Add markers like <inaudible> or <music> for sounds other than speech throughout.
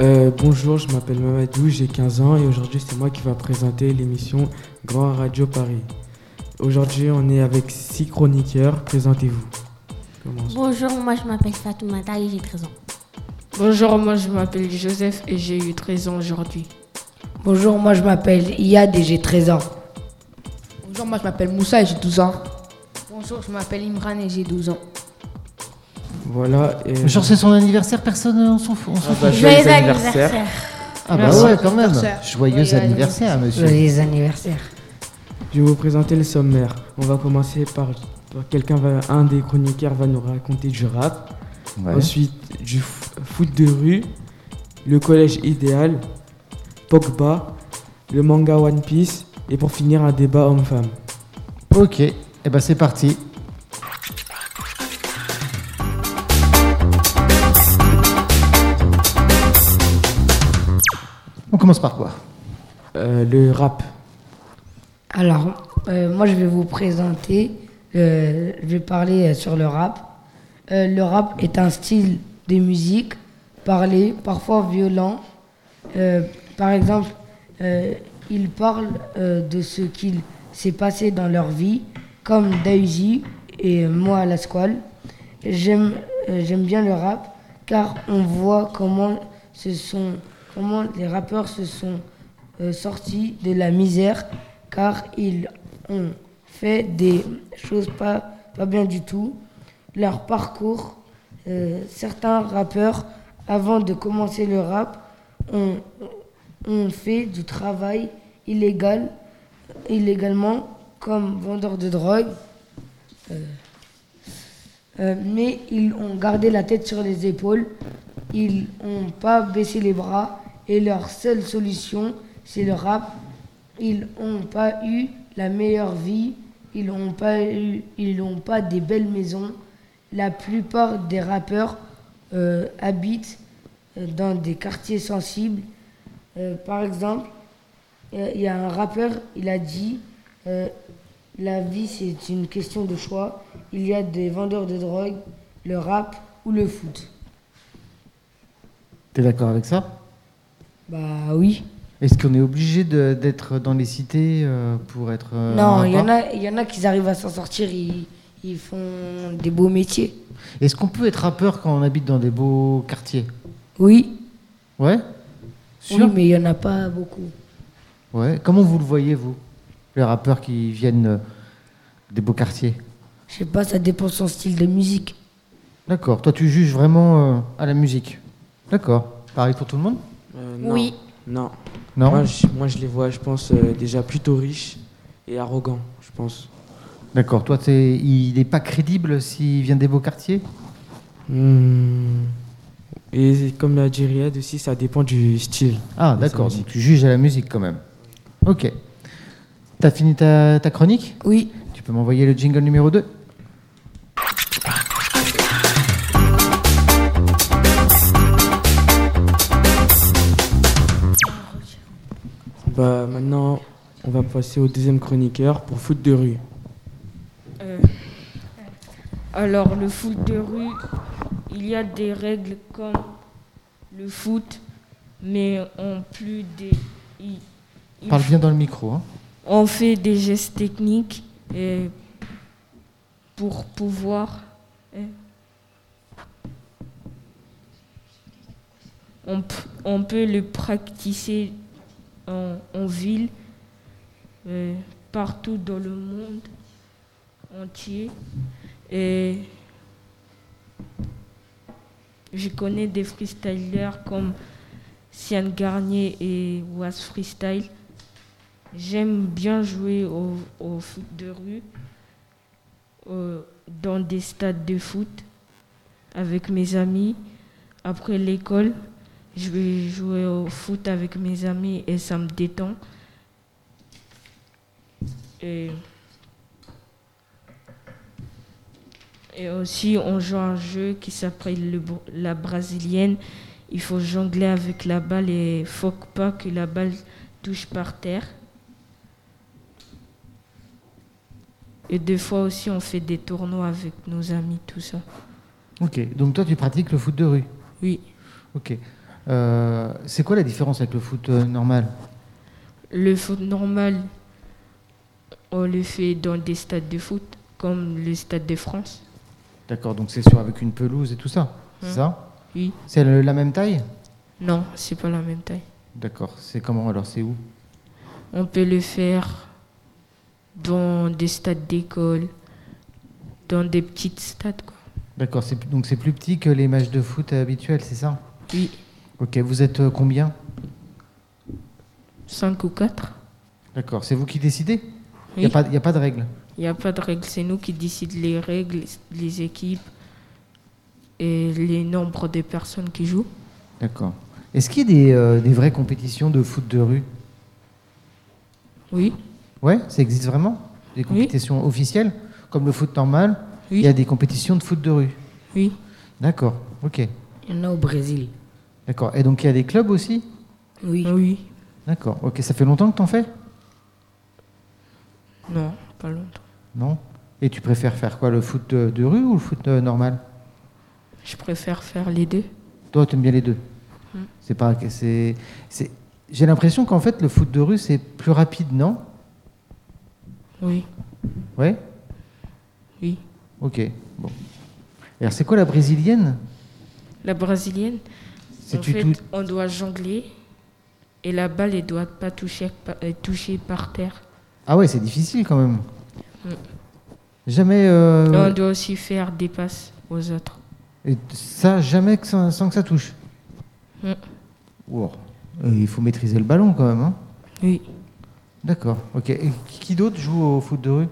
Euh, bonjour, je m'appelle Mamadou, j'ai 15 ans et aujourd'hui c'est moi qui va présenter l'émission Grand Radio Paris. Aujourd'hui on est avec six chroniqueurs, présentez-vous. Commence. Bonjour, moi je m'appelle Fatoumata et j'ai 13 ans. Bonjour, moi je m'appelle Joseph et j'ai eu 13 ans aujourd'hui. Bonjour, moi je m'appelle Yad et j'ai 13 ans. Bonjour, moi je m'appelle Moussa et j'ai 12 ans. Bonjour, je m'appelle Imran et j'ai 12 ans. Voilà. Et... Genre c'est son anniversaire, personne euh, on s'en fout. on s'en Ah fout. bah, Joyeux joyeux anniversaire. Ah bah Merci. ouais quand même. Anniversaire. Joyeux Joyeux anniversaire monsieur. Joyeux anniversaire. Je vais vous présenter le sommaire. On va commencer par par quelqu'un va un des chroniqueurs va nous raconter du rap, Ouais. ensuite du f- foot de rue, le collège idéal, Pogba, le manga One Piece et pour finir un débat homme-femme. Ok, et bah c'est parti. On commence par quoi Euh, le rap. Alors, euh, moi je vais vous présenter, euh, je vais parler euh, sur le rap. Euh, le rap est un style de musique parlé, parfois violent. Euh, par exemple, euh, ils parlent euh, de ce qu'il s'est passé dans leur vie, comme Daisy et euh, moi à la squale. J'aime euh, j'aime bien le rap car on voit comment, ce sont, comment les rappeurs se sont euh, sortis de la misère car ils ont fait des choses pas, pas bien du tout. Leur parcours, euh, certains rappeurs, avant de commencer le rap, ont, ont fait du travail illégal, illégalement, comme vendeur de drogue. Euh, euh, mais ils ont gardé la tête sur les épaules, ils n'ont pas baissé les bras et leur seule solution, c'est le rap. Ils n'ont pas eu la meilleure vie, ils n'ont pas eu, ils n'ont pas des belles maisons. La plupart des rappeurs euh, habitent euh, dans des quartiers sensibles. Euh, par exemple, euh, il y a un rappeur, il a dit euh, La vie, c'est une question de choix. Il y a des vendeurs de drogue, le rap ou le foot. T'es d'accord avec ça Bah oui. Est-ce qu'on est obligé de- d'être dans les cités euh, pour être euh, un non, il y, en rappeur a, il y en a qui arrivent à s'en sortir, ils, ils font des beaux métiers. Est-ce qu'on peut être rappeur quand on habite dans des beaux quartiers Oui, Ouais oui mais il n'y en a pas beaucoup. Ouais. Comment vous le voyez, vous Les rappeurs qui viennent euh, des beaux quartiers Je sais pas, ça dépend de son style de musique. D'accord. Toi, tu juges vraiment euh, à la musique D'accord. Pareil pour tout le monde Euh, non. Oui. Non. Non Moi, je, moi, je les vois, je pense, euh, déjà plutôt riches et arrogants, je pense. D'accord. Toi, t'es- il n'est pas crédible s'il vient des beaux quartiers Hmm. Et comme l'a dit Riyad aussi, ça dépend du style. Ah, de sa d'accord. musique. Donc, tu juges à la musique quand même. Ok. T'as fini ta, ta chronique Oui, Tu peux m'envoyer le jingle numéro 2 Bah, maintenant, on va passer au deuxième chroniqueur pour foot de rue. Euh, alors, le foot de rue, il y a des règles comme le foot, mais en plus des. il- il Parle bien dans le micro. hein. on fait des gestes techniques et pour pouvoir. eh, On, p- on peut le pratiquer en, en ville, euh, partout dans le monde entier. Et je connais des freestylers comme Sian Garnier et Was Freestyle. J'aime bien jouer au, au foot de rue, euh, dans des stades de foot, avec mes amis. Après l'école, je vais jouer au foot avec mes amis et ça me détend. Et, et aussi, on joue à un jeu qui s'appelle le br- la brésilienne. Il faut jongler avec la balle et il faut pas que la balle touche par terre. Et des fois aussi, on fait des tournois avec nos amis, tout ça. Ok. Donc, toi, tu pratiques le foot de rue Oui. Ok. Euh, c'est quoi la différence avec le foot euh, normal Le foot normal, on le fait dans des stades de foot, comme le Stade de France. D'accord, donc c'est sur avec une pelouse et tout ça, c'est Mm. ça Oui. C'est le- la même taille Non, c'est pas la même taille. D'accord, c'est comment alors C'est où On peut le faire dans des stades d'école, dans des petites stades. Quoi. D'accord, c'est- donc c'est plus petit que les matchs de foot habituels, c'est ça Oui, Ok, vous êtes euh, combien 5 ou 4. D'accord, c'est vous qui décidez Il n'y Oui. a, pas- y a pas de règle Il n'y a pas de règles, c'est nous qui décidons les règles, les équipes et les nombres de personnes qui jouent. D'accord. Est-ce qu'il y a des, euh, des vraies compétitions de foot de rue Oui, Ouais, ça existe vraiment Des compétitions officielles Comme le foot normal, il Oui. y a des compétitions de foot de rue oui, D'accord, ok. Il y en a au Brésil. D'accord. Et donc il y a des clubs aussi Oui. oui. D'accord, ok. Ça fait longtemps que t'en fais Non, pas longtemps. Non Et tu préfères faire quoi Le foot de, de rue ou le foot euh, normal Je préfère faire les deux. Toi, t'aimes bien les deux. Mm. C'est pas. C'est. c'est- J'ai l'impression qu'en fait, le foot de rue, c'est plus rapide, non Oui, Ouais oui. Ok. Bon. Alors, c'est quoi la brésilienne La brésilienne, C'est en tu fait, tout- on doit jongler et la balle ne doit pas toucher, pa- euh, toucher par terre. Ah ouais, c'est difficile quand même. Mm. Jamais. euh, Et on doit aussi faire des passes aux autres. et ça, jamais que ça- sans que ça touche. Mm. Wow. Et Il faut maîtriser le ballon quand même. hein. Oui, D'accord. Ok. Et qui d'autre joue au foot de rue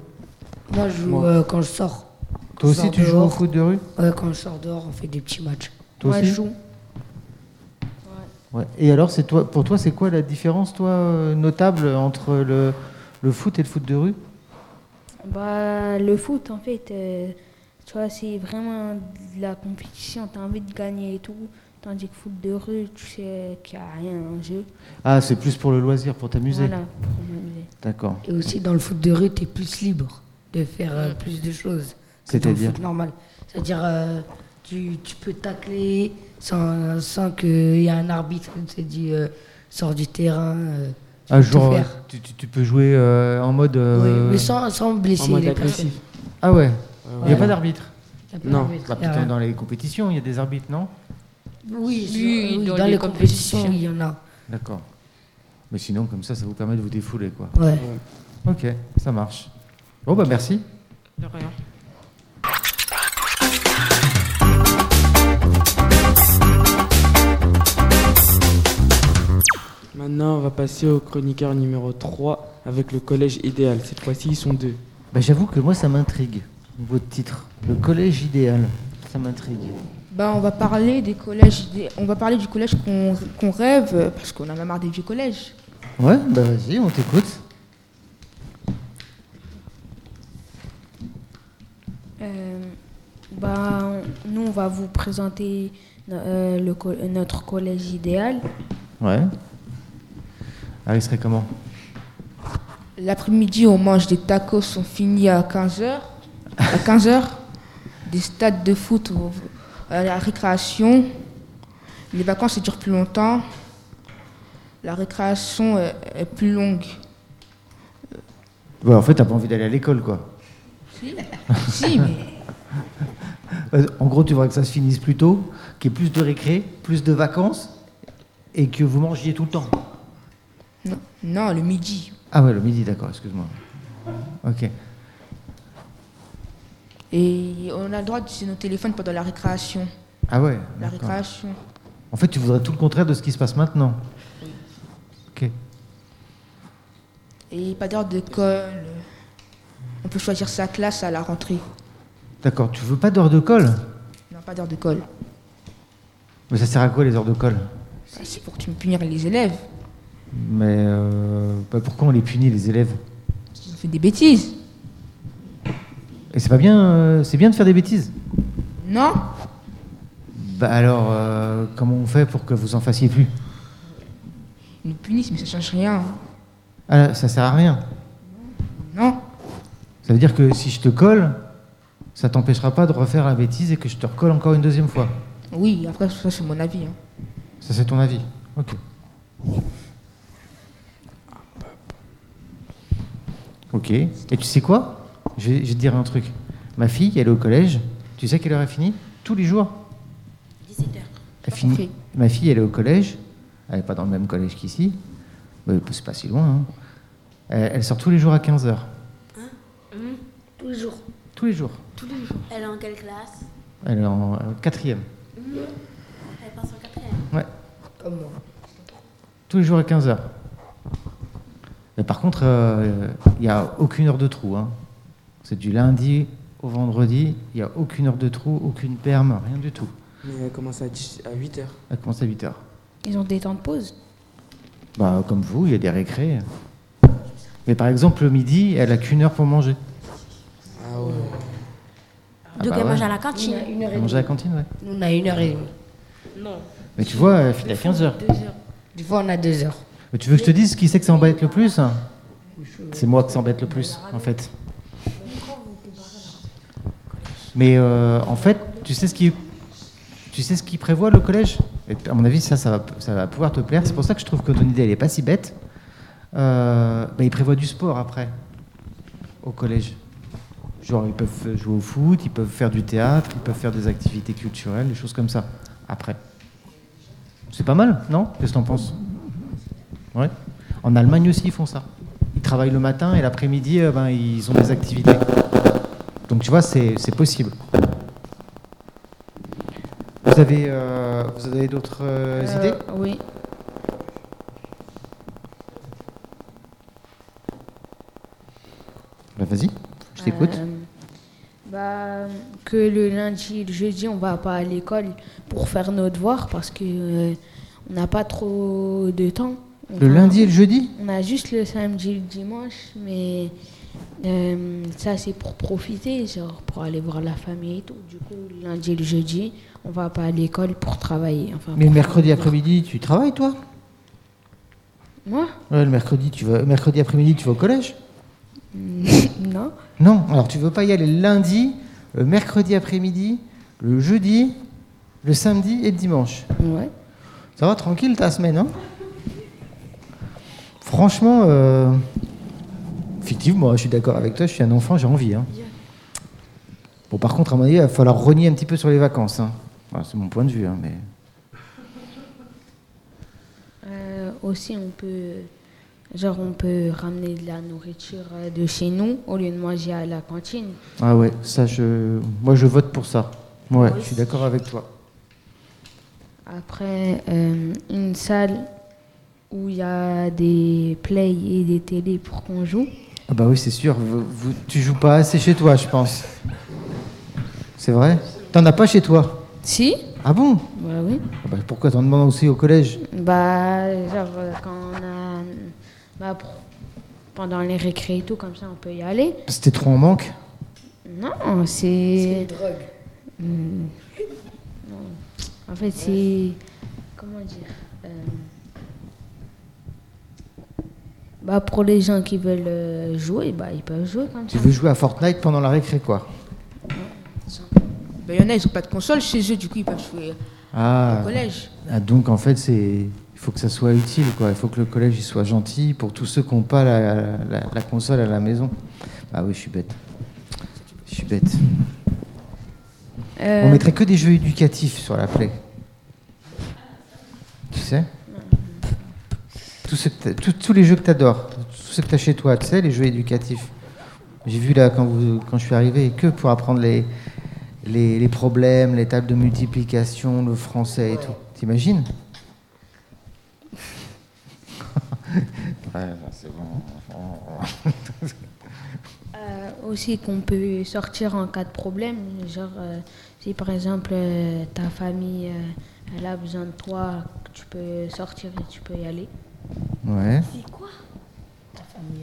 Moi, je joue Moi. euh, quand je sors. Toi aussi, Sors tu joues au dehors. foot de rue Ouais, quand je sors dehors, on fait des petits matchs. Toi Moi, aussi je joue. Ouais. Et alors, c'est toi, pour toi, c'est quoi la différence, toi, euh, notable entre le, le foot et le foot de rue Bah, le foot, en fait, euh, tu vois, c'est vraiment de la compétition. Tu as envie de gagner et tout. Tandis que foot de rue, tu sais qu'il n'y a rien en jeu. Ah, c'est plus pour le loisir, pour t'amuser. Voilà, pour m'amuser. D'accord. Et aussi, dans le foot de rue, tu es plus libre de faire euh, plus de choses. que dans le C'est-à-dire foot normal. C'est-à-dire, euh, tu, tu peux tacler sans, sans qu'il y ait un arbitre qui te dit euh, sors du terrain. euh, tu Ah, peux tout genre, faire. tu, tu- tu peux jouer euh, en mode. euh, Oui, mais sans, sans En blesser mode les personnes. agressif. Ah ouais. Ouais, Il n'y a ouais. pas d'arbitre. Y a pas Non. d'arbitre. Bah, Y a putain, rien. dans les compétitions, il y a des arbitres, non Oui, sur- Oui, oui, dans dans, les les compétitions, compétitions. il y en a. D'accord. Mais sinon, comme ça, ça vous permet de vous défouler, quoi. Ouais. Ok, ça marche. Bon, bah merci. de rien. Maintenant, on va passer au chroniqueur numéro 3 avec le collège idéal. Cette fois-ci, ils sont deux. Bah, J'avoue que moi, ça m'intrigue, votre titre. Le collège idéal, ça m'intrigue. Ben, Bah, on va parler des collèges, des- on va parler du collège qu'on qu'on rêve euh, parce qu'on en a marre des vieux collèges. Ouais, bah vas-y, on t'écoute. Euh, bah, on- nous, on va vous présenter euh, le co- notre collège idéal. Ouais. Ah, il serait comment L'après-midi, on mange des tacos, on finit à 15h. À 15h, des stades de foot, au- à la récréation. Les vacances, ça dure plus longtemps. La récréation est, est plus longue. Bah, en fait, t'as pas envie d'aller à l'école, quoi. Si, mais Euh, En gros, tu voudrais que ça se finisse plus tôt, qu'il y ait plus de récré, plus de vacances, et que vous mangiez tout le temps. non, non, le midi. Ah ouais, le midi, d'accord, excuse-moi. Ok. Et on a le droit d'utiliser nos téléphones pendant la récréation. Ah ouais. La d'accord. récréation. En fait, tu voudrais tout le contraire de ce qui se passe maintenant. Ok. Et pas d'heure d'école. On peut choisir sa classe à la rentrée. D'accord, tu veux pas d'heures de colle Non, pas d'heure d'école. Mais ça sert à quoi les heures de colle Ça, Ah, C'est pour punir les élèves Mais euh, bah, pourquoi on les punit, les élèves qui ont fait des bêtises. Et c'est pas bien, euh, c'est bien de faire des bêtises Non Bah alors, euh, comment on fait pour que vous en fassiez plus Ils nous punissent, mais ça change rien. hein. Ah, ça sert à rien. Non Ça veut dire que si je te colle, ça t'empêchera pas de refaire la bêtise et que je te recolle encore une deuxième fois. Oui, après, ça, c'est mon avis. hein. Ça, c'est ton avis Ok. Ok. Et tu sais quoi je vais, je vais te dire un truc. Ma fille, elle est au collège. Tu sais quelle heure elle finit Tous les jours 17h. elle finit- compris. Ma fille, elle est au collège. Elle n'est pas dans le même collège qu'ici. Mais C'est pas si loin. hein. Elle, elle sort tous les jours à 15h. Mmh. Tous les jours. Tous les jours. Elle est en quelle classe Elle est en en quatrième. Elle passe en quatrième. Ouais. Tous les jours à 15h. Mais par contre, euh, il n'y a aucune heure de trou. hein. C'est du lundi au vendredi. Il n'y a aucune heure de trou, aucune perme, rien du tout. Mais elle commence à, 10 à 8h. Elle commence à 8h. Ils ont des temps de pause. Bah, comme vous, il y a des récrés. Mais par exemple, le midi, elle a qu'une heure pour manger. Ah ouais. Donc bah elle ouais. mange à la Une, cantine. une heure et Elle mange à la demie. cantine, ouais. Nous, on a une heure et demie. Non. Mais tu vois, elle finit à 15h. Deux heures. Des fois, on a deux heures. Mais tu veux que je te dise qui c'est que ça embête le plus C'est moi qui s'embête le plus, en fait. Mais euh, en fait, tu sais ce qui, tu sais ce qui prévoit le collège Et À mon avis, ça, ça va, ça va pouvoir te plaire. C'est pour ça que je trouve que ton idée, elle est pas si bête. Euh, bah, ils prévoient du sport après, au collège. Genre, ils peuvent jouer au foot, ils peuvent faire du théâtre, ils peuvent faire des activités culturelles, des choses comme ça, après. C'est pas mal, non Qu'est-ce que t'en penses Ouais. En Allemagne aussi, ils font ça. Ils travaillent le matin et l'après-midi, euh, ben, ils ont des activités. Donc tu vois, c'est c'est possible. Vous avez, euh, vous avez d'autres euh, Euh, idées Oui. Ben, Vas-y, je t'écoute. Euh, bah, que le lundi et le jeudi, on va pas à l'école pour faire nos devoirs parce que euh, on n'a pas trop de temps. On le a- lundi et le jeudi On a juste le samedi et le dimanche, mais euh, ça c'est pour profiter, genre pour aller voir la famille et tout. Du coup, le lundi et le jeudi, on va pas à l'école pour travailler. Enfin, Mais le pour- mercredi après-midi, tu travailles toi Moi Ouais, le mercredi, tu vas... mercredi après-midi, tu vas au collège Mm, Non. Non, alors tu veux pas y aller le lundi, le mercredi après-midi, le jeudi, le samedi et le dimanche. Ouais. Ça va tranquille ta semaine, hein Franchement, euh, effectivement, je suis d'accord avec toi, je suis un enfant, j'ai envie. hein. Bon, par contre, à mon avis, il va falloir renier un petit peu sur les vacances. hein. Enfin, c'est mon point de vue, hein, mais. Euh, aussi, on peut, genre, on peut ramener de la nourriture euh, de chez nous au lieu de manger à la cantine. Ah ouais, ça, je... moi je vote pour ça. Ouais, je suis d'accord avec toi. Après, euh, une salle où il y a des plays et des télés pour qu'on joue. Ah bah oui, c'est sûr, vous- vous- tu joues pas assez chez toi, je pense. C'est vrai T'en as pas chez toi Si Ah bon Bah oui. Ah bah, Pourquoi t'en demandes aussi au collège Bah, genre, euh, quand on a. bah, pour- pendant les récré et tout, comme ça, on peut y aller. C'était trop en manque Non, c'est. drogue. Hmm. Non. En fait, c'est. Comment dire euh, bah, Pour les gens qui veulent euh, jouer, bah, ils peuvent jouer comme Tu ça. veux jouer à Fortnite pendant la récré, quoi Ben, il y en a, ils n'ont pas de console chez eux, du coup, ils peuvent jouer Ah, au collège. ah, donc en fait, c'est il faut que ça soit utile, quoi. Il faut que le collège il soit gentil pour tous ceux qui n'ont pas la, la- la console à la maison. Ah oui, je suis bête. Je suis bête. Euh, On mettrait que des jeux éducatifs sur la Play. Tu sais tous, ceux que t'as- tous- tous les jeux que tu adores, tous ceux que tu as chez toi, tu sais, les jeux éducatifs. J'ai vu là, quand, vous- quand je suis arrivé, que pour apprendre les, les, les problèmes, les tables de multiplication, le français et tout. T'imagines Euh, aussi qu'on peut sortir en cas de problème. Genre, euh, si par exemple euh, ta famille euh, elle a besoin de toi, tu peux sortir et tu peux y aller. Ouais.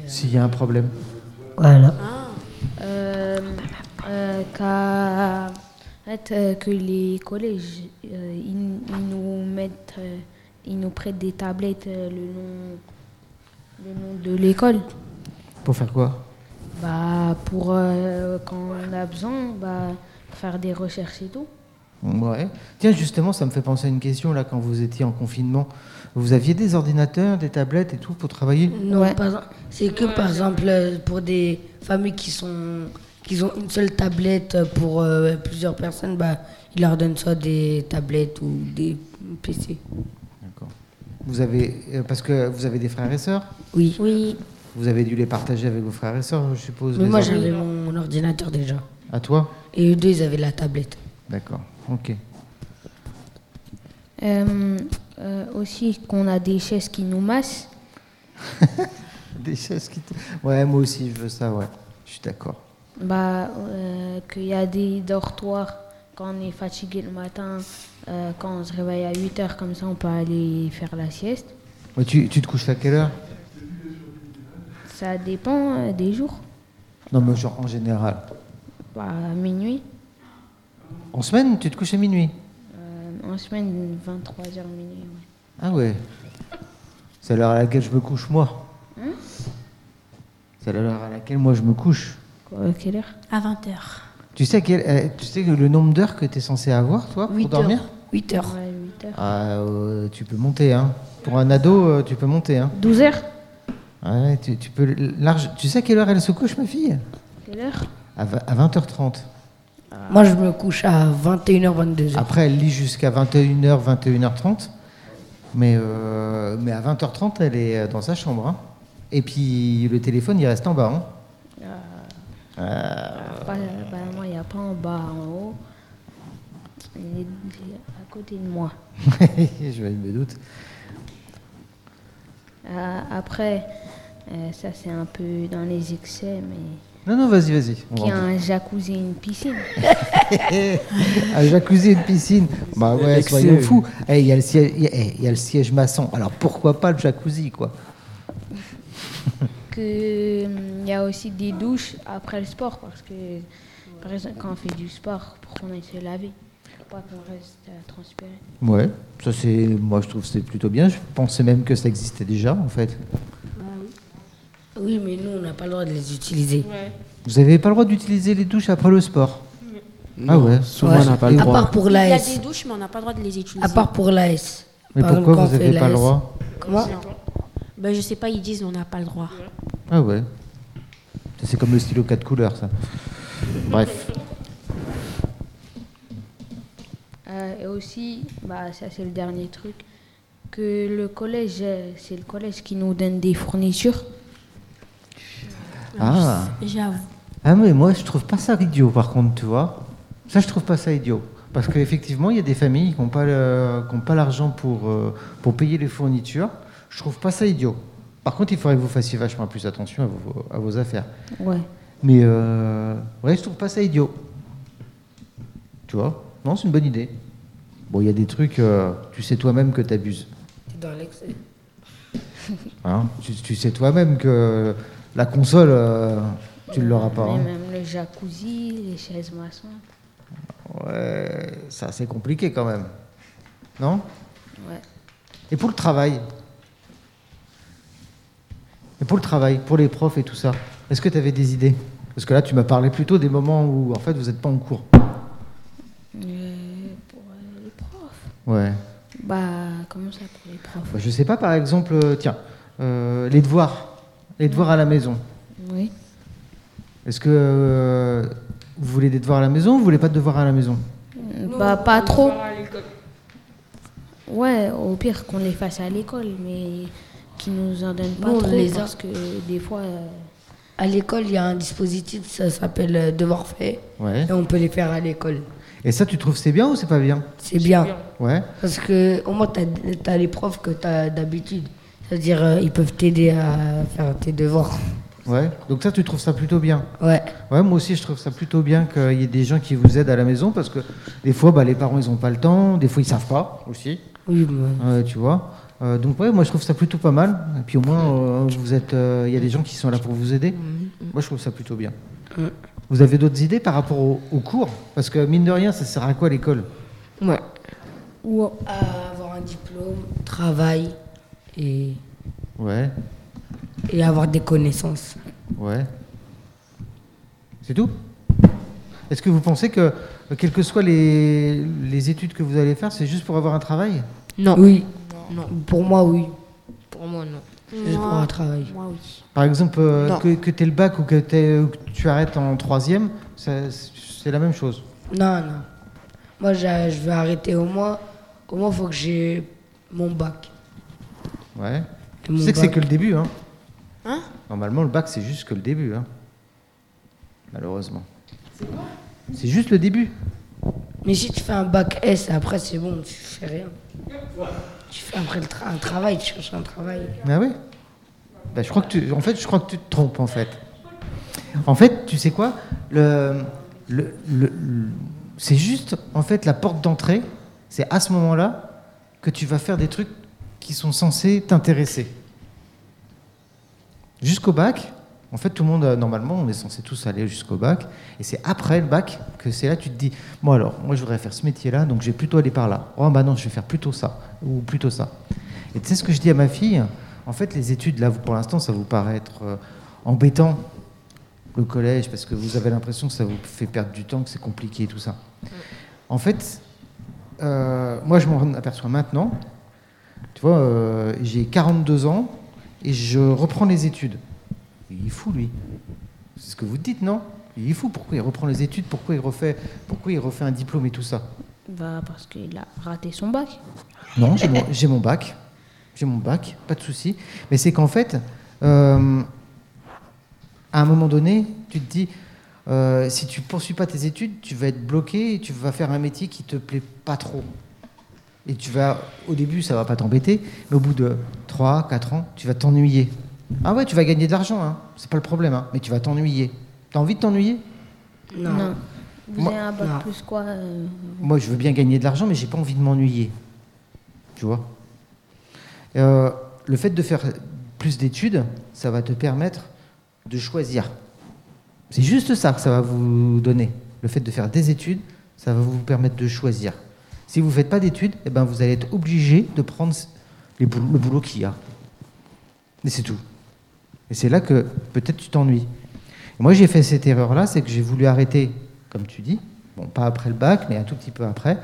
S'il y a un problème. Voilà. Euh, euh, qu'à- en fait, euh, que les collèges euh, ils, ils nous mettent, euh, ils nous prêtent des tablettes euh, le nom, le nom de l'école. Pour faire quoi Bah, pour euh, quand on a besoin, bah, faire des recherches et tout. Ouais. Tiens, justement, ça me fait penser à une question là quand vous étiez en confinement. Vous aviez des ordinateurs, des tablettes et tout pour travailler Non, par exemple, c'est que par exemple euh, pour des familles qui sont qui ont une seule tablette euh, pour euh, plusieurs personnes, bah ils leur donnent soit des tablettes ou des PC. D'accord. Vous avez euh, parce que vous avez des frères et sœurs. Oui. Oui. Vous avez dû les partager avec vos frères et sœurs, je suppose. Mais les moi ordi- j'avais mon ordinateur déjà. À toi Et eux deux ils avaient la tablette. D'accord. Ok. <laughs> Euh, euh, aussi qu'on a des chaises qui nous massent. Des chaises qui. te- Ouais, moi aussi, je veux ça. Ouais. Je suis d'accord. Bah, euh, qu'il y a des dortoirs quand on est fatigué le matin, euh, quand on se réveille à 8 heures, comme ça on peut aller faire la sieste. Ouais, tu, tu te couches à quelle heure Ça dépend euh, des jours, Non, mais genre en général. bah, à minuit, En semaine, tu te couches à minuit. Euh, en semaine 23h minuit. ouais. Ah ouais. C'est l'heure à laquelle je me couche moi. C'est l'heure à laquelle moi je me couche. Quoi, à quelle heure À 20h. Tu sais quel, euh, tu sais le nombre d'heures que tu es censé avoir toi pour 8 dormir heures. 8 heures. Ouais, 8 heures. Ah, euh, tu peux monter hein. Pour un ado, euh, tu peux monter hein. 12 heures Ouais, tu, tu peux large. Tu sais quelle heure elle se couche ma fille Quelle heure à, v- à 20h30. Moi je me couche à 21h 22h. Après elle lit jusqu'à 21h 21h30. Mais euh, mais à 20h30 elle est dans sa chambre hein. Et puis le téléphone il reste en bas hein. <laughs> Pas- bah, Moi, il n'y a pas en bas, en haut. Il est il est à côté de moi. je me doute. Euh, après, euh, ça c'est un peu dans les excès, mais Non, non, vas-y, vas-y. on qu'il y a va en- un jacuzzi et une piscine. Un Ah, jacuzzi et une piscine. Bah ouais, l'excès, soyons oui. fous. Eh, Il y a le siège, il y a- eh, il y a le siège maçon. Alors pourquoi pas le jacuzzi, quoi Que, hum, Il y a aussi des douches après le sport, parce que par exemple, quand on fait du sport, pour qu'on aille se laver, pour pas qu'on reste euh, à transpirer. Ouais. Ça c'est, moi je trouve que c'est plutôt bien. Je pensais même que ça existait déjà, en fait. Ah. Oui, mais nous on n'a pas le droit de les utiliser. Vous n'avez pas le droit d'utiliser les douches après le sport. Ah ouais. Souvent, Ouais. on n'a pas le Et À droit. part pour Ah, Il y a des l'AS. douches, mais on n'a pas le droit de les utiliser. À part pour l'AS. Mais Par exemple, pourquoi quand vous on fait n'avez pas le l'AS. droit Comment Ben, je sais pas, ils disent on n'a pas le droit. Ah ouais. Ça, C'est comme le stylo quatre couleurs, ça. Bref. Euh, et aussi, bah, ça c'est le dernier truc, que le collège, euh, c'est le collège qui nous donne des fournitures. Ah. J'avoue. Ah mais moi je trouve pas ça idiot par contre tu vois. Ça je trouve pas ça idiot. Parce qu'effectivement il y a des familles qui n'ont pas, le- qui ont pas l'argent pour, euh, pour payer les fournitures. Je trouve pas ça idiot. Par contre il faudrait que vous fassiez vachement plus attention à vos, à vos affaires. Ouais. Mais euh, ouais je trouve pas ça idiot. Tu vois Non c'est une bonne idée. Bon il y a des trucs, euh, tu sais toi-même que t'abuses. T'es dans l'excès. Hein tu, tu sais toi-même que la console, euh, tu ne l'auras pas. Mais hein. même le jacuzzi, les chaises maçons. Ouais, ça c'est compliqué quand même. Non Ouais. Et pour le travail Et pour le travail, pour les profs et tout ça, est-ce que tu avais des idées Parce que là, tu m'as parlé plutôt des moments où en fait vous n'êtes pas en cours. Euh, pour euh, les profs. Ouais. Bah, comment ça pour les profs Bah, je sais pas, par exemple, euh, tiens, euh, les devoirs. Les devoirs à la maison. Oui. Est-ce que euh, vous voulez des devoirs à la maison ou vous voulez pas de devoirs à la maison Bah, pas on trop. fera à l'école. Ouais, au pire qu'on les fasse à l'école, mais qu'ils nous en donnent pas Nous, on trop les a. parce que des fois. euh, À l'école, il y a un dispositif, ça s'appelle euh, devoir fait. Ouais. Et on peut les faire à l'école. Et ça, tu trouves c'est bien ou c'est pas bien C'est bien. Ouais. Parce que au moins, tu as, les profs que tu as d'habitude. C'est-à-dire, euh, ils peuvent t'aider à faire tes devoirs. <laughs> Ouais. Donc ça, tu trouves ça plutôt bien Ouais. Ouais, moi aussi, je trouve ça plutôt bien qu'il y ait des gens qui vous aident à la maison parce que des fois, bah, les parents, ils n'ont pas le temps, des fois, ils savent pas aussi, Oui, mais- euh, tu vois. Euh, donc, ouais, moi, je trouve ça plutôt pas mal. Et puis, au moins, euh, vous êtes, euh, il y a des gens qui sont là pour vous aider. Moi, je trouve ça plutôt bien. Vous avez d'autres idées par rapport au- aux cours Parce que, mine de rien, ça sert à quoi l'école ouais. Ou à avoir un diplôme, travail et, Ouais, et avoir des connaissances. ouais. C'est tout Est-ce que vous pensez que, euh, quelles que soient les, les études que vous allez faire, c'est juste pour avoir un travail Non. Oui. Pour moi, oui. Pour moi, non. Juste pour un travail. Moi, oui. Par exemple, euh, Non. que, que tu le bac ou que, t'aies- ou que tu arrêtes en troisième, ça- c'est la même chose. Non, non. Moi, j'a- je vais arrêter au moins. Au moins, faut que j'ai mon bac. Ouais. Et Tu mon sais que c'est bac- que le début. Hein. Hein Normalement, le bac, c'est juste que le début. Hein. Malheureusement. C'est quoi C'est juste le début. Mais si tu fais un bac S, après, c'est bon, tu fais rien. Tu fais après le tra- un travail, tu cherches un travail. Ah oui bah, je crois que tu, En fait, je crois que tu te trompes, en fait. En fait, tu sais quoi le, le, le- le- C'est juste, en fait, la porte d'entrée. C'est à ce moment-là que tu vas faire des trucs qui sont censés t'intéresser. Jusqu'au bac, en fait, tout le monde, euh, normalement, on est censé tous aller jusqu'au bac. Et c'est après le bac que c'est là que tu te dis Bon, alors, moi, je voudrais faire ce métier-là, donc je vais plutôt aller par là. Oh, bah non, je vais faire plutôt ça, ou plutôt ça. Et tu sais ce que je dis à ma fille En fait, les études, là, vous- pour l'instant, ça vous paraît être euh, embêtant, le collège, parce que vous avez l'impression que ça vous fait perdre du temps, que c'est compliqué et tout ça. En fait, euh, moi, je m'en aperçois maintenant. Tu vois, euh, j'ai 42 ans et je reprends les études. Il est fou, lui. C'est ce que vous dites, non Il est fou. Pourquoi il reprend les études Pourquoi il refait Pourquoi il refait un diplôme et tout ça Bah, parce qu'il a raté son bac. Non, j'ai mon, j'ai mon bac. J'ai mon bac, pas de souci. Mais c'est qu'en fait, euh, à un moment donné, tu te dis, euh, si tu poursuis pas tes études, tu vas être bloqué et tu vas faire un métier qui te plaît pas trop. Et tu vas, au début, ça va pas t'embêter, mais au bout de 3, 4 ans, tu vas t'ennuyer. Ah ouais, tu vas gagner de l'argent, hein, c'est pas le problème, hein, mais tu vas t'ennuyer. T'as envie de t'ennuyer Non. Non. Vous Moi- avez un bac non. plus quoi euh, Moi, je veux bien gagner de l'argent, mais j'ai pas envie de m'ennuyer. Tu vois Euh, Le fait de faire plus d'études, ça va te permettre de choisir. C'est juste ça que ça va vous donner. Le fait de faire des études, ça va vous permettre de choisir. Si vous ne faites pas d'études, eh ben, vous allez être obligé de prendre les boul- le boulot qu'il y a. Et c'est tout. Et c'est là que peut-être tu t'ennuies. Et moi, j'ai fait cette erreur-là, c'est que j'ai voulu arrêter, comme tu dis, bon, pas après le bac, mais un tout petit peu après.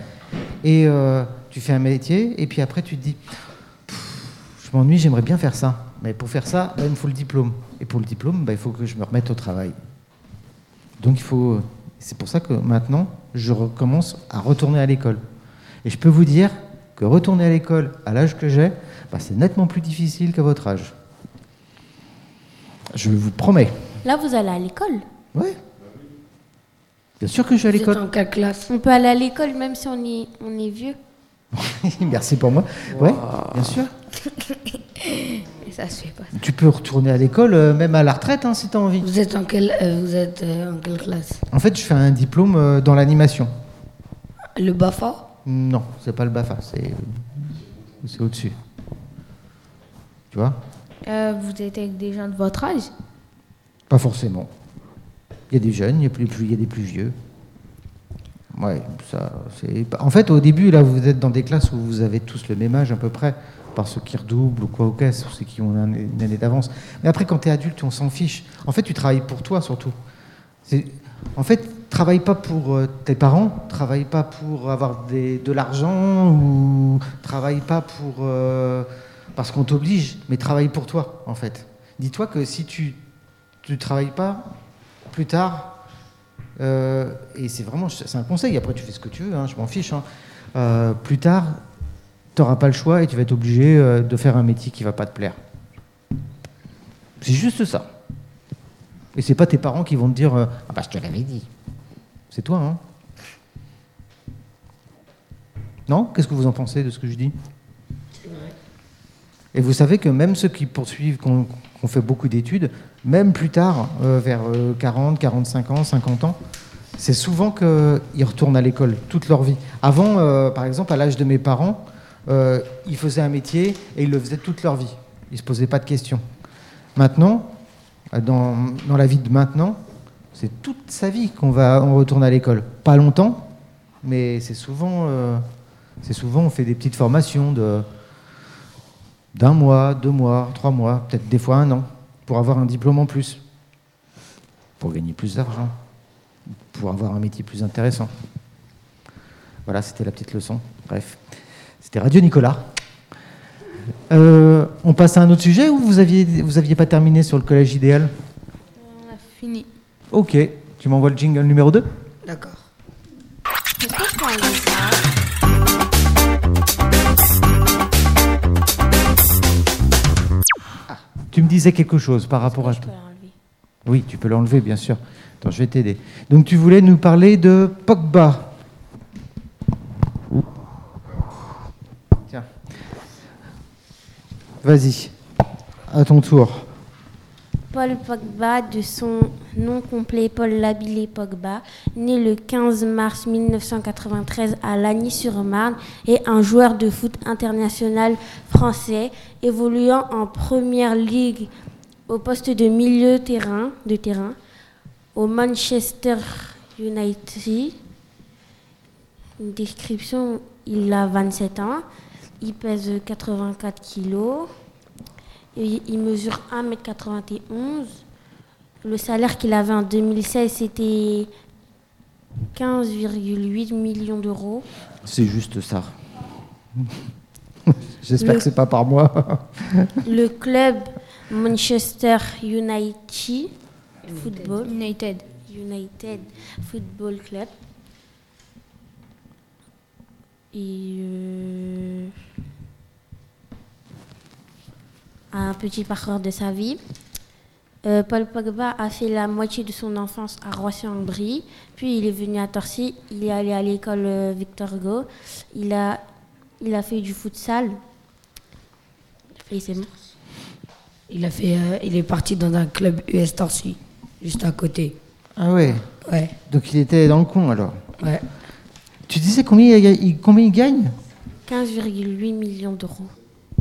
Et euh, tu fais un métier, et puis après, tu te dis, Pff, je m'ennuie, j'aimerais bien faire ça. Mais pour faire ça, bah, il me faut le diplôme. Et pour le diplôme, bah, il faut que je me remette au travail. Donc, il faut. C'est pour ça que maintenant, je recommence à retourner à l'école. Et je peux vous dire que retourner à l'école à l'âge que j'ai, bah, c'est nettement plus difficile qu'à votre âge. Je vous promets. Là, vous allez à l'école. Ouais. Bien sûr que je suis à Vous êtes l'école. en quelle classe On peut aller à l'école même si on est, on est vieux. <laughs> Merci pour moi. Ouais, bien sûr. Et ça se fait pas. Tu peux retourner à l'école, euh, même à la retraite, hein, si tu as envie. Vous êtes en quelle, euh, vous êtes, euh, en quelle classe En fait, je fais un diplôme euh, dans l'animation. Le BAFA Non, c'est pas le BAFA, c'est c'est au-dessus. Tu vois Euh, vous êtes avec des gens de votre âge Pas forcément. Il y a des jeunes, il y a, plus, plus- il y a des plus vieux. Ouais, ça, c'est. En fait, au début, là, vous êtes dans des classes où vous avez tous le même âge à peu près, par ceux qui redoublent ou quoi au caisse, ou ceux qui ont un- une année d'avance. Mais après, quand tu es adulte, on s'en fiche. En fait, tu travailles pour toi surtout. C'est- En fait, travaille pas pour euh, tes parents, travaille pas pour avoir des- de l'argent ou travaille pas pour euh, parce qu'on t'oblige, mais travaille pour toi, en fait. Dis-toi que si tu tu travailles pas plus tard, euh, et c'est vraiment c'est un conseil. Après, tu fais ce que tu veux, hein, je m'en fiche. hein. Euh, plus tard, tu n'auras pas le choix et tu vas être obligé euh, de faire un métier qui va pas te plaire. C'est juste ça. Et c'est pas tes parents qui vont te dire euh, ah bah je te l'avais dit. C'est toi, hein Non Qu'est-ce que vous en pensez de ce que je dis Et vous savez que même ceux qui poursuivent, qu'on qu'on fait beaucoup d'études, même plus tard, euh, vers euh, 40, 45 ans, 50 ans, c'est souvent qu'ils retournent à l'école toute leur vie. Avant, euh, par exemple, à l'âge de mes parents, euh, ils faisaient un métier et ils le faisaient toute leur vie. Ils ne se posaient pas de questions. Maintenant, euh, dans, dans la vie de maintenant, c'est toute sa vie qu'on va, on retourne à l'école. Pas longtemps, mais c'est souvent, euh, c'est souvent, on fait des petites formations de d'un mois, deux mois, trois mois, peut-être des fois un an, pour avoir un diplôme en plus, pour gagner plus d'argent. pour avoir un métier plus intéressant. Voilà, c'était la petite leçon. Bref, c'était Radio Nicolas. Euh, on passe à un autre sujet ou vous aviez, vous aviez pas terminé sur le collège idéal On a fini. Ok, tu m'envoies le jingle numéro 2 D'accord. Tu me disais quelque chose par rapport à... Je peux l'enlever. Oui, tu peux l'enlever, bien sûr. Attends, je vais t'aider. Donc, tu voulais nous parler de Pogba. Tiens. Vas-y, à ton tour. Paul Pogba, de son nom complet Paul Labilé Pogba, né le 15 mars 1993 à Lagny-sur-Marne, est un joueur de foot international français évoluant en première ligue au poste de milieu terrain, de terrain au Manchester United. Une description, il a 27 ans, il pèse 84 kilos. Et il mesure 1m91. Le salaire qu'il avait en 2016, c'était 15,8 millions d'euros. C'est juste ça. <laughs> J'espère que c'est pas par <laughs> moi. Le club Manchester United Football, United. United Football Club. Et euh, un petit parcours de sa vie. Euh, Paul Pogba a fait la moitié de son enfance à Roissy-en-Brie, puis il est venu à Torcy, il est allé à l'école euh, Victor Hugo, il a, il a fait du futsal. Et c'est bon. Il, a fait, euh, il est parti dans un club US Torcy, juste à côté. Ah ouais. Ouais, Donc il était dans le con alors. ouais. Tu disais combien il, il- combien il gagne 15,8 millions d'euros.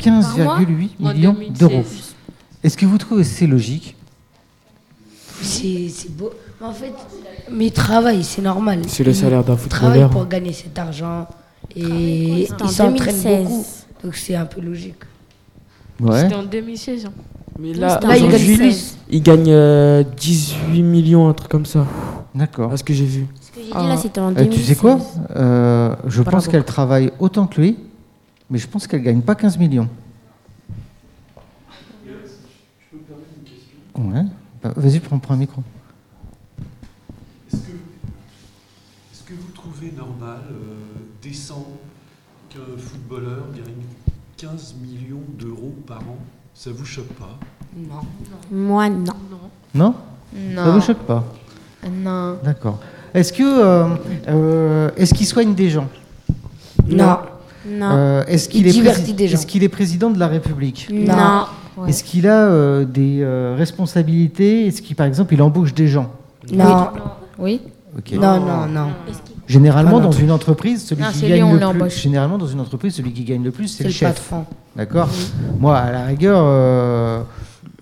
15,8 En millions 2016. d'euros. Est-ce que vous trouvez que c'est logique C'est c'est beau. Mais en fait, mais il travaille, c'est normal. C'est le Il salaire d'un travaille footballeur. pour gagner cet argent et il s'entraîne beaucoup. Donc c'est un peu logique. Ouais. C'était en 2016. hein. Mais là, là, Là, il gagne aujourd'hui, aujourd'hui, il gagne euh, 18 millions, un truc comme ça, D'accord. à ce que j'ai vu. Ce que j'ai dit Ah. là, c'était en Euh, 2016. tu sais quoi Euh, Je Pas pense la qu'elle travaille autant que lui, mais je pense qu'elle gagne pas 15 millions. Ouais. Bah, Vas-y, prends, prends un micro. Est-ce que, est-ce que vous trouvez normal, euh, décent, qu'un footballeur gagne 15 millions d'euros par an Ça vous choque pas Moi, non. Non Ça Non. vous choque pas Non. D'accord. Est-ce que euh, euh, est-ce qu'il soigne des gens Non, Non. Euh, Est-ce Il qu'il est, divertit prési- des gens. est-ce qu'il est président de la République non. Non. Ouais. Est-ce qu'il a euh, des euh, responsabilités Est-ce qu'il, par exemple, il embauche des gens non, Oui. Ok. non, non, non. Généralement, Pas dans notre- une entreprise, celui Non, qui c'est gagne lui, on le l'embauche. plus, généralement dans une entreprise, celui qui gagne le plus, c'est C'est le le chef. patron. D'accord. Moi, à la rigueur, euh,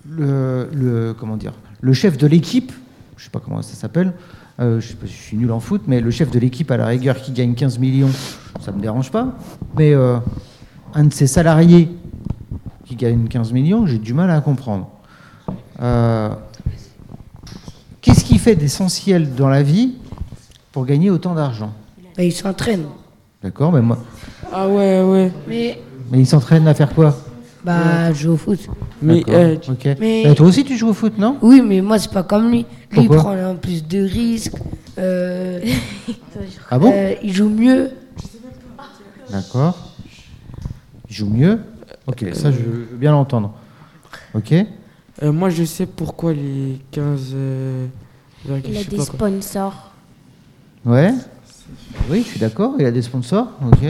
le, le- comment dire, le chef de l'équipe, je sais pas comment ça s'appelle. euh, je, sais pas, je suis nul en foot, mais le chef de l'équipe, à la rigueur, qui gagne 15 millions, ça me dérange pas. Mais euh, un de ses salariés qui gagne 15 millions, j'ai du mal à comprendre. Euh, Qu'est-ce qu'il fait d'essentiel dans la vie pour gagner autant d'argent Mais Bah, il s'entraîne. D'accord, mais moi, Ah ouais, ouais. Mais mais il s'entraîne à faire quoi bah, je joue au foot. Mais D'accord, eh, ok. mais- Bah, toi aussi tu joues au foot, non Oui, mais moi, c'est pas comme lui. Lui, il Pourquoi prend un plus de risques. euh, Ah bon euh, il joue mieux. D'accord. Il joue mieux Ok, ça je veux bien l'entendre. Ok euh, moi je sais pourquoi les 15... euh, virgule- Il je a sais des pas quoi. sponsors. Ouais Oui, je suis d'accord, il a des sponsors. Ok.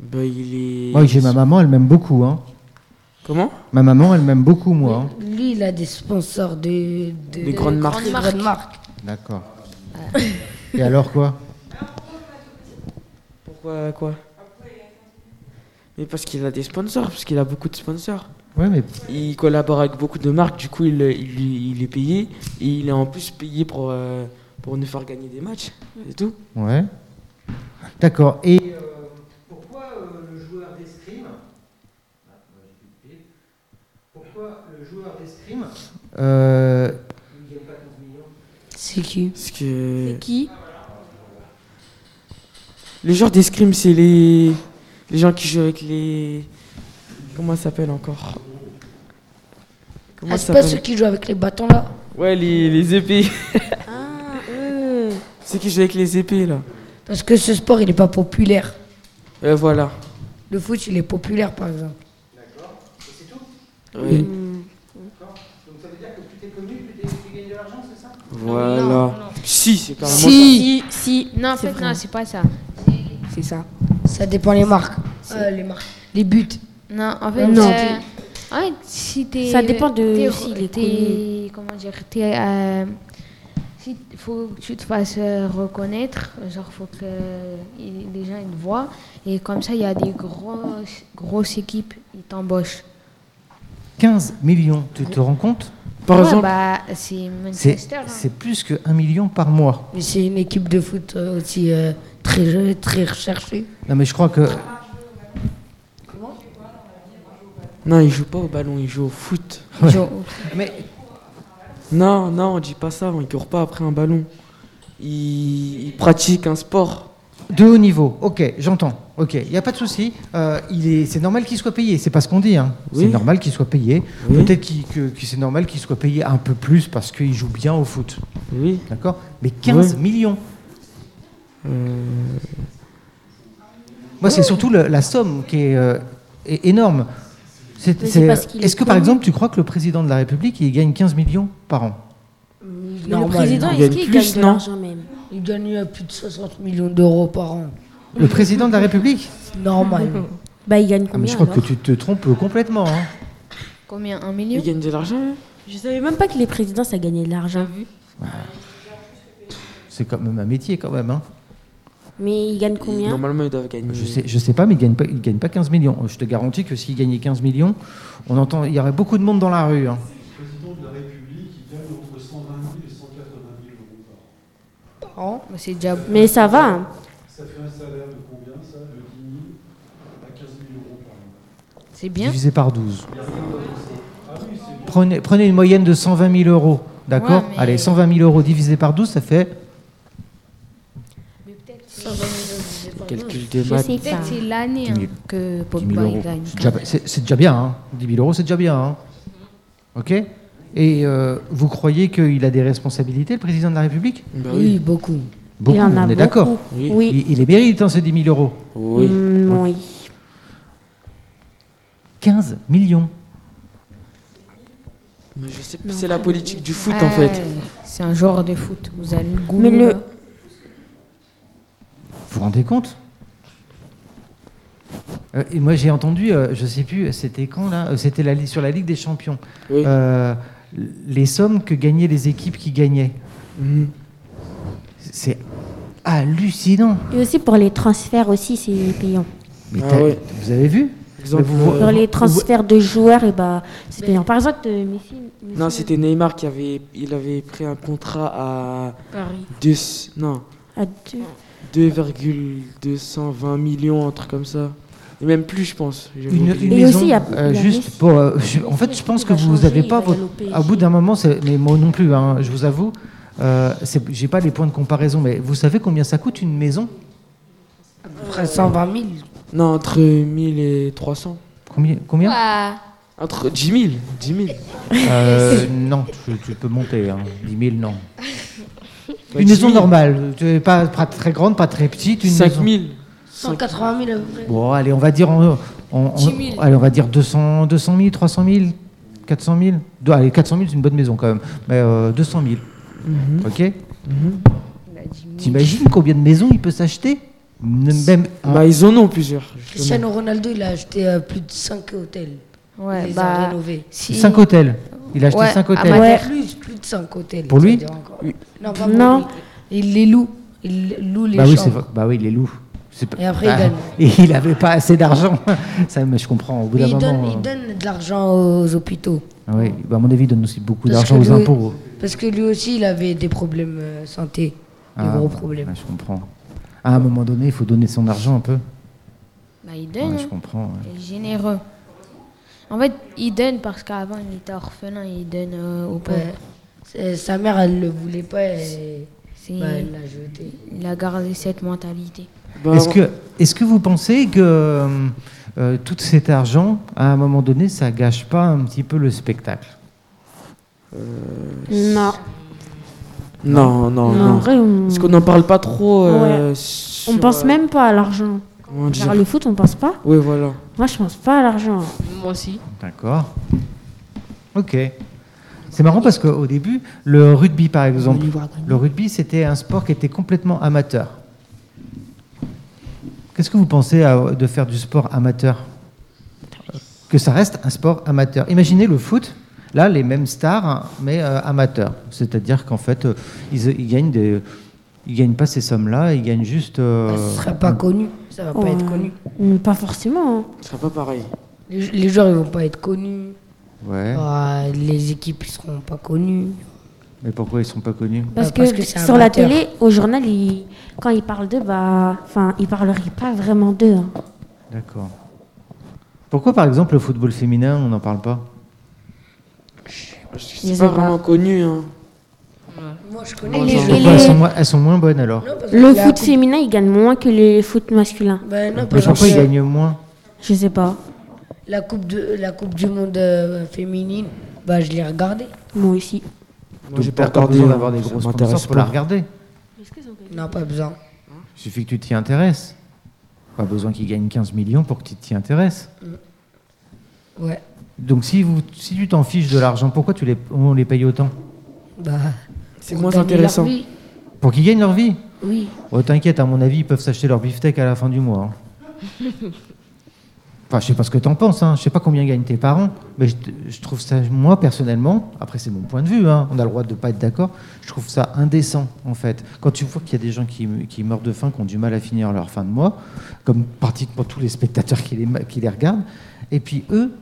Bah, il est... Moi j'ai ma maman, elle m'aime beaucoup. Hein. Comment Ma maman, elle m'aime beaucoup, moi. hein. Lui, il a des sponsors de, de, Des grandes marques. des grandes marques. D'accord. Et alors quoi Pourquoi quoi Mais parce qu'il a des sponsors, parce qu'il a beaucoup de sponsors. Ouais, mais Il collabore avec beaucoup de marques, du coup il, euh, il, il est payé. Et il est en plus payé pour, euh, pour nous faire gagner des matchs, c'est tout. Ouais. D'accord. Et euh, pourquoi euh, le joueur d'escrime euh, Pourquoi le joueur d'escrime C'est qui Parce que Qui les joueurs d'escrime, c'est les les gens qui jouent avec les comment ça s'appelle encore Comment Ah, ça c'est pas ceux s'appelle qui jouent avec les bâtons là Ouais, les, les épées. Ah, <laughs> eux. Ceux qui jouent avec les épées là. Parce que ce sport, il est pas populaire. Euh, voilà. Le foot, il est populaire, par exemple. Oui. Voilà. Si, c'est carrément Si, si. Non, en fait, vrai. non, c'est pas ça. C'est ça. Ça dépend les marques. Euh, les marques. Les buts. Non, en fait, Non. euh, en fait, si t'es. Ça dépend de t'es- s'il est t'es- connu. Comment dire T'es. euh, si t- faut que tu te fasses euh, reconnaître, genre faut que euh, il- les gens ils te voient et comme ça il y a des grosses grosses équipes ils t'embauchent. 15 millions, tu te rends compte ça. Par Ouais, exemple, bah, c'est C'est Manchester. hein. c'est plus que 1 million par mois. Mais c'est une équipe de foot euh, aussi euh, très, jeune, très recherchée. Non, mais je crois que. non, ils jouent pas au ballon, ils jouent au foot. Ils jouent- Mais Non, non, on dit pas ça, on court pas après un ballon. Ils, ils pratiquent un sport. de haut niveau, ok, j'entends. Ok, il n'y a pas de souci. Euh, il est- c'est normal qu'il soit payé, c'est pas ce qu'on dit. hein. Oui. C'est normal qu'il soit payé. Oui. Peut-être qu'il- que, que c'est normal qu'il soit payé un peu plus parce qu'il joue bien au foot. Oui. D'accord Mais 15 millions Euh, Moi, c'est surtout le- la somme qui est, euh, est énorme. C'est- Mais c'est- c'est parce Est-ce qu'il est que, par connu. exemple, tu crois que le président de la République, il gagne 15 millions par an Mais le Normal, président, non. Il est-ce gagne qu'il plus, gagne de non l'argent même Ils gagnent euh, plus de 60 millions d'euros par an. <laughs> Le président de la République C'est Normal. Bah, il gagne Ah, mais combien Je crois alors que tu te trompes complètement. hein. Combien Un ils million gagnent de l'argent, hein. eux Je savais même pas que les présidents, ça gagnait de l'argent. C'est quand même un métier, quand même. hein. Mais ils gagnent combien Normalement, ils doivent gagner. Je sais, je sais pas, mais il gagne pas, il gagne pas 15 millions. Je te garantis que s'il gagnait 15 millions, on entend, il y aurait beaucoup de monde dans la rue. hein. Le président de la République, il gagne entre 120 000 et 180 000 euros par an. Par an Bah, C'est déjà Mais ça va. hein. Ça fait un salaire de combien, ça De 10 000 à 15 000 euros par an. c'est bien. Divisé par 12. Prenez, prenez une moyenne de 120 000 euros. D'accord Ouais, mais- Allez, 120 000 euros divisé par 12, ça fait Calcul de Je maths. sais pas. Peut-être c'est l'année 10 000. hein, que 10 000 Pogba il euros. gagne. C'est déjà, c'est- c'est déjà bien, hein. 10 000 euros, c'est déjà bien. hein. OK Et euh, vous croyez qu'il a des responsabilités, le président de la République Bah Oui, oui. beaucoup. Beaucoup, il en a on est d'accord. beaucoup. Oui. Oui. Il, il les mérite, hein, ces 10 000 euros. Oui. Mm, oui. 15 millions. Mais je sais plus, c'est la politique du foot, en fait. Ouais, C'est un genre de foot. Vous avez le goût. Mais le- là. Vous vous rendez compte Euh, et Moi, j'ai entendu, euh, je sais plus, c'était quand là Euh, C'était la, li- sur la Ligue des Champions. Oui. Euh, les sommes que gagnaient les équipes qui gagnaient. Mhm. C'est hallucinant. Et aussi pour les transferts aussi, c'est payant. Mais Ah t'as- ouais. Vous avez vu Exemple, vous- euh, Pour les transferts de joueurs, et bah, c'est payant. Par exemple, euh, Messi. Non, Messi, c'était Neymar qui avait, il avait pris un contrat à Paris. 2, non, à deux. 2,220 millions, un truc comme ça. Et même plus, je pense. J'ai une, oublié. une Et maison, aussi, il y a- euh, il y a juste Messi. pour. euh, je- en fait, je pense que vous n'avez pas votre. Au bout d'un moment, c'est- mais moi non plus, hein, je vous avoue, euh, c'est- j'ai pas les points de comparaison, mais vous savez combien ça coûte une maison À peu près 120 000. Non, entre 1000 et 300. Combien, combien Ah, Entre 10 000, 10 000. <laughs> Euh, Non, tu, tu peux monter, hein, 10 000, non. Une 10 maison 000. normale, tu es pas, pas très grande, pas très petite, une 5 maison. 000. 180 000 à peu près. Bon, allez, on va dire, en, en- en- allez, on va dire 200, 200 000, 300 000, 400 000. Deux- allez, 400 000, c'est une bonne maison quand même, mais euh, 200 000, Mhm. ok T'imagines combien de maisons il peut s'acheter Ne- Même un- Bah, ils en ont plusieurs. justement. Cristiano Ronaldo, il a acheté euh, plus de 5 hôtels. il ouais, les a bah. rénovés. Si... 5 hôtels. Il a acheté Ouais, 5 à hôtels. ma- Ouais. Ouais. Plus, plus de 5 hôtels. Pour ça lui veut dire encore. Oui. Non, pas pour Non. lui. Il les loue. Il loue les bah, oui, c'est vrai. chambres. bah oui, il est loup. C'est pas- Et après, il bah, gagne. et <laughs> il n'avait pas assez d'argent. Ça, mais je comprends. Au bout Mais d'un il, donne, moment. il euh, donne de l'argent aux hôpitaux. ah oui, bah, à mon avis, il donne aussi beaucoup Parce d'argent que aux lui- impôts. Parce que lui aussi, il avait des problèmes euh, santé. Des Ah, gros ouais, problèmes. je comprends. À un moment donné, il faut donner son argent un peu. Bah, Eh il Ouais, donne. je hein. comprends. ouais. Il est généreux. En fait, il donne parce qu'avant, il était orphelin, il donne euh, aux pauvres. Ouais. C'est- Sa mère, elle ne le voulait pas, elle, C'est- bah, elle l'a jeté. Il a gardé cette mentalité. Bah, Est-ce que, est-ce que vous pensez que euh, euh, tout cet argent, à un moment donné, ça gâche pas un petit peu le spectacle Non. Non, non, Non, en non. vrai, on, Parce qu'on n'en parle pas trop. euh, sur, on pense euh, même pas à l'argent. comment dire. Vers le foot, on pense pas. Oui, voilà. Moi, je pense pas à l'argent. Moi aussi. D'accord. Ok. C'est marrant parce qu'au début, le rugby, par exemple, le rugby, c'était un sport qui était complètement amateur. Qu'est-ce que vous pensez à- de faire du sport amateur Que ça reste un sport amateur. Imaginez le foot, là, les mêmes stars, hein, mais euh, amateurs. C'est-à-dire qu'en fait, euh, ils, ils gagnent des. Ils gagnent pas ces sommes-là, ils gagnent juste. euh, Bah, ce serait pas connu, ça va pas Ouais. être connu. Mm, Pas forcément. hein. Ce sera pas pareil. Les, jou- les joueurs, ils vont pas être connus. Ouais. Bah, les équipes, ils seront pas connues. Mais pourquoi ils sont pas connus Parce, Bah, parce que, que c'est sur la amateur. télé, au journal, ils- quand ils parlent d'eux, bah, enfin, ils parleraient pas vraiment d'eux. hein. D'accord. Pourquoi, par exemple, le football féminin, on n'en parle pas Parce que Je C'est sais pas pas. vraiment connu. Hein. Moi, je Et connais les- les et joueurs. Pourquoi elles, sont moins, elles sont moins bonnes alors Non, parce que Le la foot coupe- féminin, il gagne moins que le foot masculin. Bah, non, Mais parce pourquoi que ils gagnent moins Je sais pas. la coupe, de, la coupe du Monde euh, féminine, bah, je l'ai regardée. Moi aussi. Moi, j'ai Donc, pas t'as regardé. besoin hein, d'avoir des ça gros m'intéresse sponsors pour pas. la regarder. Non, pas besoin. Il suffit que tu t'y intéresses. Pas besoin qu'ils gagnent 15 millions pour que tu t'y intéresses. Ouais, Donc si, vous, si tu t'en fiches de l'argent, pourquoi tu les, on les paye autant bah. C'est pour moins gagner leur intéressant. vie. Pour qu'ils gagnent leur vie Oui, Oh t'inquiète, à mon avis, ils peuvent s'acheter leur beefsteak à la fin du mois. hein. Enfin, je sais pas ce que t'en penses, hein. je sais pas combien gagnent tes parents, mais je, je trouve ça, moi personnellement, après c'est mon point de vue, hein, on a le droit de pas être d'accord, je trouve ça indécent en fait. Quand tu vois qu'il y a des gens qui, qui meurent de faim, qui ont du mal à finir leur fin de mois, comme pratiquement tous les spectateurs qui les, ma- qui les regardent, et puis eux,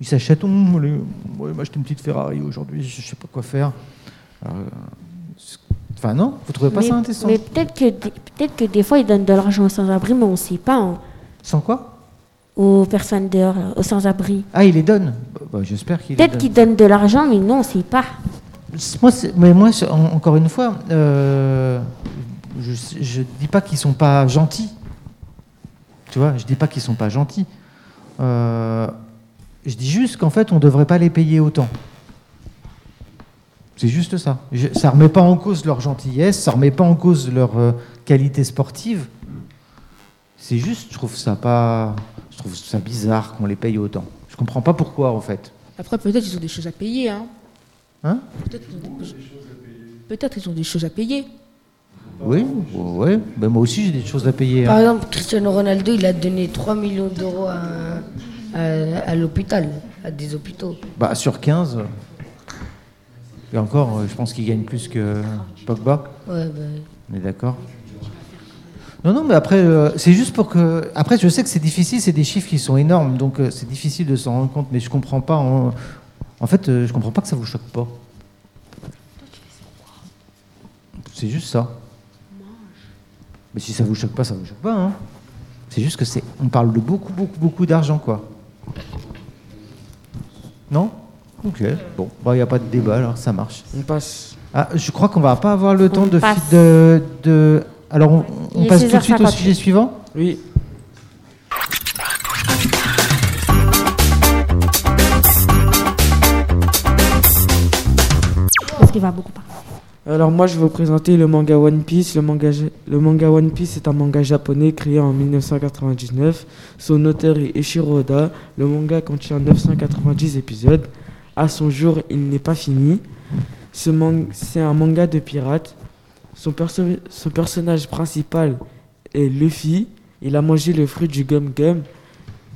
ils s'achètent, Hum, allez, moi je m'achète une petite Ferrari aujourd'hui, je sais pas quoi faire. Alors, euh, c'est- Enfin non, vous trouvez pas mais ça indécent mais peut-être que, des- peut-être que des fois, ils donnent de l'argent aux sans-abri, mais on sait pas. hein, Sans quoi aux personnes dehors, là, aux sans-abri. Ah, il les donne Bah, bah, J'espère qu'il les Peut-être donne. qu'ils donnent de l'argent, mais non, on sait pas. Moi, c'est- mais moi, c'est- en- encore une fois, euh, je ne dis pas qu'ils sont pas gentils. Tu vois, je dis pas qu'ils sont pas gentils. Euh, je dis juste qu'en fait, on ne devrait pas les payer autant. C'est juste ça. Je- ça remet pas en cause leur gentillesse, ça remet pas en cause leur euh, qualité sportive. C'est juste, je trouve ça pas, je trouve ça bizarre qu'on les paye autant. Je comprends pas pourquoi en fait. Après, peut-être ils ont des choses à payer. Hein. Hein Peut-être ils ont des- peut-être ils ont des choses à payer. Oui, ouais, ouais. Ben, moi aussi j'ai des choses à payer. Par hein. exemple, Cristiano Ronaldo, il a donné 3 millions d'euros à, à- à l'hôpital, à des hôpitaux. Bah, sur 15. euh, Et encore, euh, je pense qu'il gagne plus que Pogba. Ouais, bah, On est d'accord Non, non, mais après, euh, c'est juste pour que. Après, je sais que c'est difficile, c'est des chiffres qui sont énormes, donc euh, c'est difficile de s'en rendre compte, mais je comprends pas. En, en fait, euh, je comprends pas que ça vous choque pas. C'est juste ça. Mais si ça vous choque pas, ça vous choque pas, hein. C'est juste que c'est. On parle de beaucoup, beaucoup, beaucoup d'argent, quoi. Non Ok, bon, il n'y a pas de débat, alors ça marche. On passe. Ah, je crois qu'on va pas avoir le temps de, fi- passe. de, de- Alors, on, on Il est passe tout de suite au 16h58. sujet suivant. Oui. Parce qu'il va beaucoup parler. Alors moi je vais vous présenter le manga One Piece. Le manga, ja- le manga One Piece est un manga japonais créé en 1999. Son auteur est Eiichiro Oda. Le manga contient 990 épisodes. À son jour, il n'est pas fini. Ce man- c'est un manga de pirate. Son, perso- son personnage principal est Luffy. Il a mangé le fruit du gum gum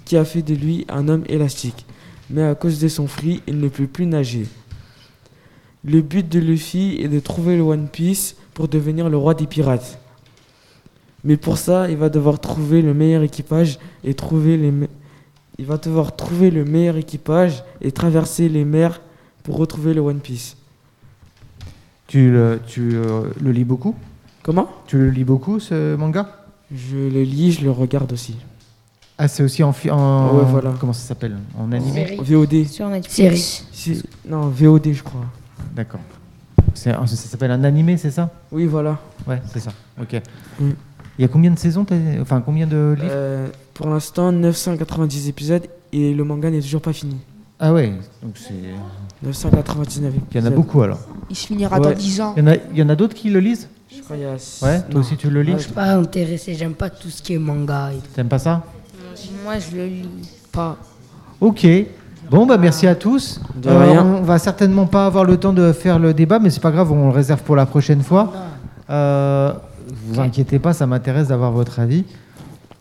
qui a fait de lui un homme élastique. Mais à cause de son fruit, il ne peut plus nager. Le but de Luffy est de trouver le One Piece pour devenir le roi des pirates. Mais pour ça, il va devoir trouver le meilleur équipage et trouver les me- il va devoir trouver le meilleur équipage et traverser les mers pour retrouver le One Piece. Tu, le, tu euh, le lis beaucoup Comment Tu le lis beaucoup, ce manga Je le lis, je le regarde aussi. Ah, c'est aussi en, fi- en- Ouais, voilà. Comment ça s'appelle En animé VOD. Sur Netflix. série. Si- Non, VOD je crois. D'accord. c'est un- ça s'appelle un animé, c'est ça Oui, voilà. Ouais, c'est ça. Ok. Mm. Il y a combien de saisons t'as- Enfin, combien de livres Euh, pour l'instant, 990 épisodes et le manga n'est toujours pas fini. Ah ouais, donc c'est. Il 999 épisodes. y en a beaucoup alors. Il se finira Ouais. dans 10 ans. Il y en a, il y en a d'autres qui le lisent Je crois qu'il y a six- Ouais, toi non. aussi tu le lis Ah, je- Pas intéressé, j'aime pas tout ce qui est manga et T'aimes pas ça Moi, je le lis. pas. Ok. Bon, bah merci à tous. Euh, De rien. on va certainement pas avoir le temps de faire le débat, mais c'est pas grave, on le réserve pour la prochaine fois. Euh, vous inquiétez pas, ça m'intéresse d'avoir votre avis.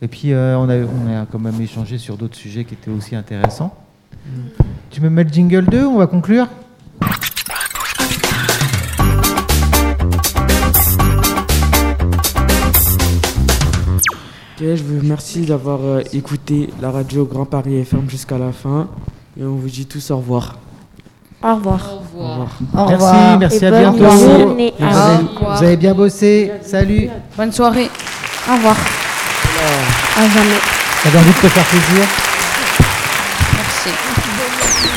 Et puis, euh, on, a, on a quand même échangé sur d'autres sujets qui étaient aussi intéressants. Mm. Tu me mets le jingle 2, on va conclure Ok, je vous remercie d'avoir euh, écouté la radio Grand Paris FM jusqu'à la fin. Et on vous dit tous au revoir. Au revoir. Au Au revoir. revoir. Au Merci, revoir. merci, Et à bonne bientôt. journée à Ah, Vous avez- vous. vous avez bien bossé. Salut. Bonne soirée. Au revoir. À jamais. J'avais envie de te faire plaisir. Merci.